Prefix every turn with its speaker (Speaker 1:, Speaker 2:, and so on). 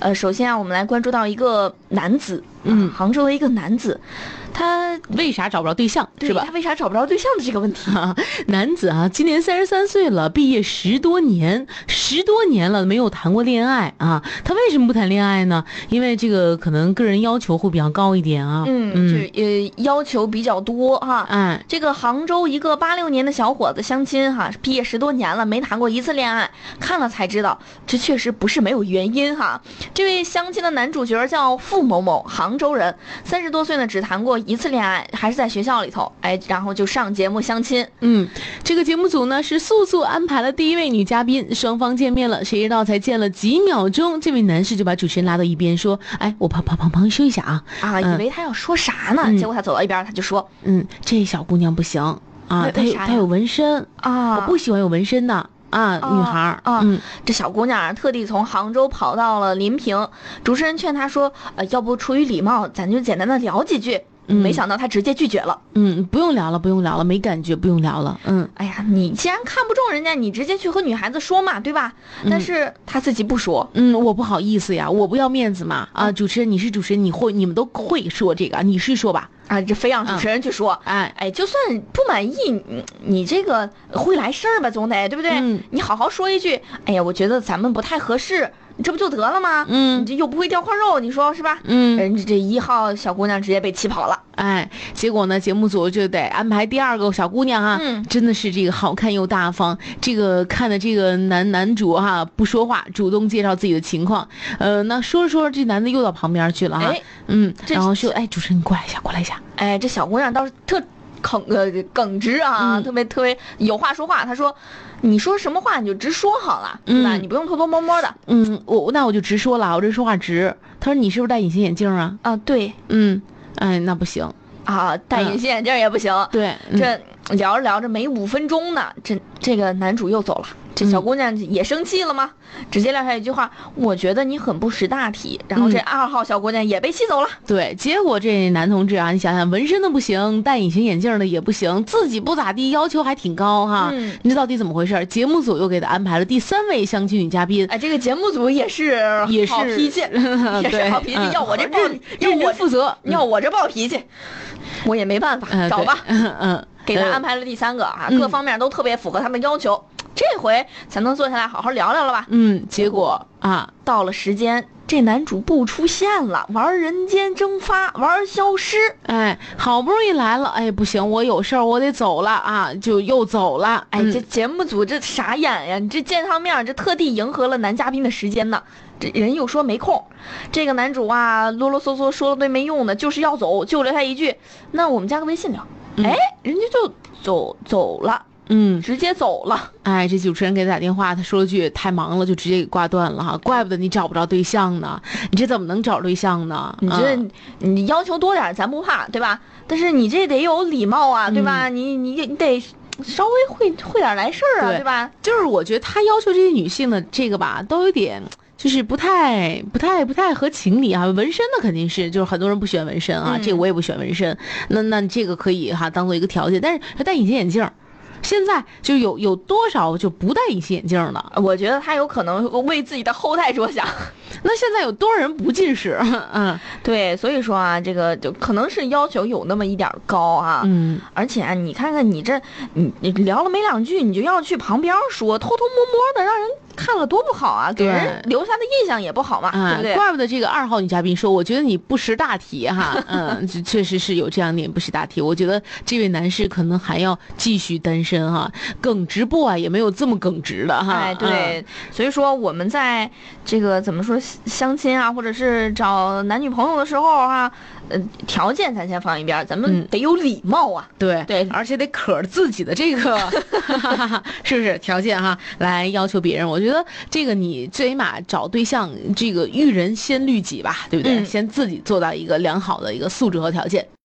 Speaker 1: 呃，首先啊，我们来关注到一个男子，
Speaker 2: 嗯
Speaker 1: 啊杭州的一个男子，他
Speaker 2: 为啥找不着对象
Speaker 1: 对
Speaker 2: 是吧
Speaker 1: 他？为啥找不着对象的这个问题，
Speaker 2: 啊， 男子啊，今年三十三岁了，毕业十多年，十多年了没有谈过恋爱啊。他为什么不谈恋爱呢？因为这个可能个人要求会比较高一点啊。
Speaker 1: 嗯，就是呃要求比较多哈。
Speaker 2: 哎，
Speaker 1: 这个杭州一个八六年的小伙子相亲哈，毕业十多年了，没谈过一次恋爱，看了才知道，这确实不是没有原因哈。这位相亲的男主角叫付某某，杭州人，三十多岁呢，只谈过一次恋爱，还是在学校里头，哎，然后就上节目相亲，
Speaker 2: 嗯，这个节目组呢是速速安排了第一位女嘉宾，双方见面了，谁知道才见了几秒钟，这位男士就把主持人拉到一边说：“哎，我旁旁旁旁说一下啊，
Speaker 1: 啊，
Speaker 2: 嗯
Speaker 1: 以为他要说啥呢，
Speaker 2: 嗯
Speaker 1: 结果他走到一边儿，他就说
Speaker 2: 嗯，这小姑娘不行啊，
Speaker 1: 为
Speaker 2: 她
Speaker 1: 为
Speaker 2: 有
Speaker 1: 啥呀
Speaker 2: 她有纹身，
Speaker 1: 啊，
Speaker 2: 我不喜欢有纹身的啊，
Speaker 1: 哦
Speaker 2: 女孩儿
Speaker 1: 哦
Speaker 2: 嗯。”
Speaker 1: 这小姑娘啊，特地从杭州跑到了临平。主持人劝她说：“呃，要不出于礼貌，咱就简单的聊几句。
Speaker 2: 嗯
Speaker 1: 没想到她直接拒绝了。
Speaker 2: 嗯，不用聊了，不用聊了，没感觉，不用聊了。嗯，
Speaker 1: 哎呀，你既然看不中人家，你直接去和女孩子说嘛，对吧？但是她自己不说。
Speaker 2: 嗯，我不好意思呀，我不要面子嘛。
Speaker 1: 嗯
Speaker 2: 啊，主持人，你是主持人，你会，你们都会说这个，你是说吧？
Speaker 1: 啊，这非
Speaker 2: 嗯
Speaker 1: 让主持人去说。
Speaker 2: 哎，
Speaker 1: 哎，就算不满意，你你这个会来事儿吧，总得对不对？
Speaker 2: 嗯
Speaker 1: 你好好说一句，哎呀，我觉得咱们不太合适，你这不就得了吗？你
Speaker 2: 嗯
Speaker 1: 这又不会雕花肉，你说是吧？
Speaker 2: 嗯，
Speaker 1: 人家这一号小姑娘直接被气跑了。
Speaker 2: 哎，结果呢，节目组就得安排第二个小姑娘啊，
Speaker 1: 嗯
Speaker 2: 真的是这个好看又大方。这个看的这个男男主哈、不说话，主动介绍自己的情况。呃，那说着说着，这男的又到旁边去了哈、
Speaker 1: 哎，
Speaker 2: 嗯，
Speaker 1: 这
Speaker 2: 然后说，哎，主持人，你过来一下，过来一下。
Speaker 1: 哎，这小姑娘倒是特耿呃耿直啊，
Speaker 2: 嗯
Speaker 1: 特别特别有话说话。她说：“你说什么话你就直说好了，对吧？
Speaker 2: 嗯
Speaker 1: 你不用偷偷摸摸的。
Speaker 2: 嗯，我那我就直说了啊，我这说话直。他说你是不是戴隐形眼镜啊？”
Speaker 1: 啊，对
Speaker 2: 嗯，哎，那不行。
Speaker 1: 啊，戴隐形眼镜也不行。
Speaker 2: 嗯对，嗯
Speaker 1: 这聊着聊着没五分钟呢，这这个男主又走了。这小
Speaker 2: 嗯
Speaker 1: 姑娘也生气了吗？直接撂下一句话：“我觉得你很不识大体。”然后这
Speaker 2: 嗯
Speaker 1: 二号小姑娘也被气走了。
Speaker 2: 对，结果这男同志啊，你想想，纹身的不行，戴隐形眼镜的也不行，自己不咋地，要求还挺高哈。
Speaker 1: 嗯
Speaker 2: 你这到底怎么回事儿？节目组又给他安排了第三位相亲女嘉宾。
Speaker 1: 哎，这个节目组也是
Speaker 2: 也
Speaker 1: 好
Speaker 2: 是
Speaker 1: 脾 气，也是
Speaker 2: 对
Speaker 1: 好脾气。
Speaker 2: 嗯
Speaker 1: 要我这暴，要 我
Speaker 2: 认真
Speaker 1: 这
Speaker 2: 负责，
Speaker 1: 要我这暴脾气，我也没办法，
Speaker 2: 嗯
Speaker 1: 找吧，，
Speaker 2: 嗯嗯，
Speaker 1: 给他
Speaker 2: 呃
Speaker 1: 安排了第三个啊，
Speaker 2: 嗯
Speaker 1: 各方面都特别符合他们要求，这回才能坐下来好好聊聊了吧？
Speaker 2: 嗯，结果啊，
Speaker 1: 到了时间，这男主不出现了，玩人间蒸发，玩消失。
Speaker 2: 哎，好不容易来了，哎，不行，我有事儿，我得走了啊，就又走了。
Speaker 1: 哎，
Speaker 2: 嗯
Speaker 1: 这节目组这傻眼呀！你这见上面，这特地迎合了男嘉宾的时间呢，这人又说没空，这个男主啊啰啰嗦嗦说了堆没用的，就是要走，就留下一句，那我们加个微信聊。
Speaker 2: 嗯
Speaker 1: 哎，人家就走走了，
Speaker 2: 嗯，
Speaker 1: 直接走了。
Speaker 2: 哎，这主持人给他打电话，他说了句太忙了，就直接给挂断
Speaker 1: 嗯
Speaker 2: 了哈，怪不得你找不着对象呢，你这怎么能找对象呢？
Speaker 1: 你这
Speaker 2: 嗯
Speaker 1: 你要求多点儿，咱不怕，对吧？但是你这得有礼貌啊，对吧？你你你得稍微会会点儿来事儿啊，
Speaker 2: 对
Speaker 1: 对吧？
Speaker 2: 就是我觉得他要求这些女性的这个吧，都有点就是不太不太不太合情理啊。纹身的肯定是，就是很多人不喜欢纹身啊，
Speaker 1: 嗯
Speaker 2: 这个我也不喜欢纹身，那那这个可以哈、当做一个条件，但是他戴隐形眼镜儿，现在就有有多少就不戴隐形眼镜儿的？
Speaker 1: 呃我觉得他有可能为自己的后代着想，
Speaker 2: 那现在有多少人不近视？ 嗯
Speaker 1: 对，所以说啊，这个就可能是要求有那么一点儿高啊。
Speaker 2: 嗯。
Speaker 1: 而且啊，你看看你这，你你聊了没两句，你就要去旁边说，偷偷摸摸的，让人看了多不好啊，给
Speaker 2: 对
Speaker 1: 人留下的印象也不好嘛，对
Speaker 2: 啊，
Speaker 1: 不对？
Speaker 2: 怪不得这个二号女嘉宾说，我觉得你不识大体哈， 嗯，这确实是有这样点不识大体。我觉得这位男士可能还要继续单身哈，耿直 boy 啊也没有这么耿直的哈。嗯
Speaker 1: 哎，对，所以说我们在这个怎么说相亲啊，或者是找男女朋友的时候啊，呃，条件咱先放一边儿，咱们
Speaker 2: 嗯
Speaker 1: 得有礼貌啊。
Speaker 2: 嗯对
Speaker 1: 对
Speaker 2: 而且得可儿自己的这 个是不是条件哈，来要求别人。我觉得这个你最起码找对象，这个遇人先律己吧，对不对？
Speaker 1: 嗯
Speaker 2: 先自己做到一个良好的一个素质和条件。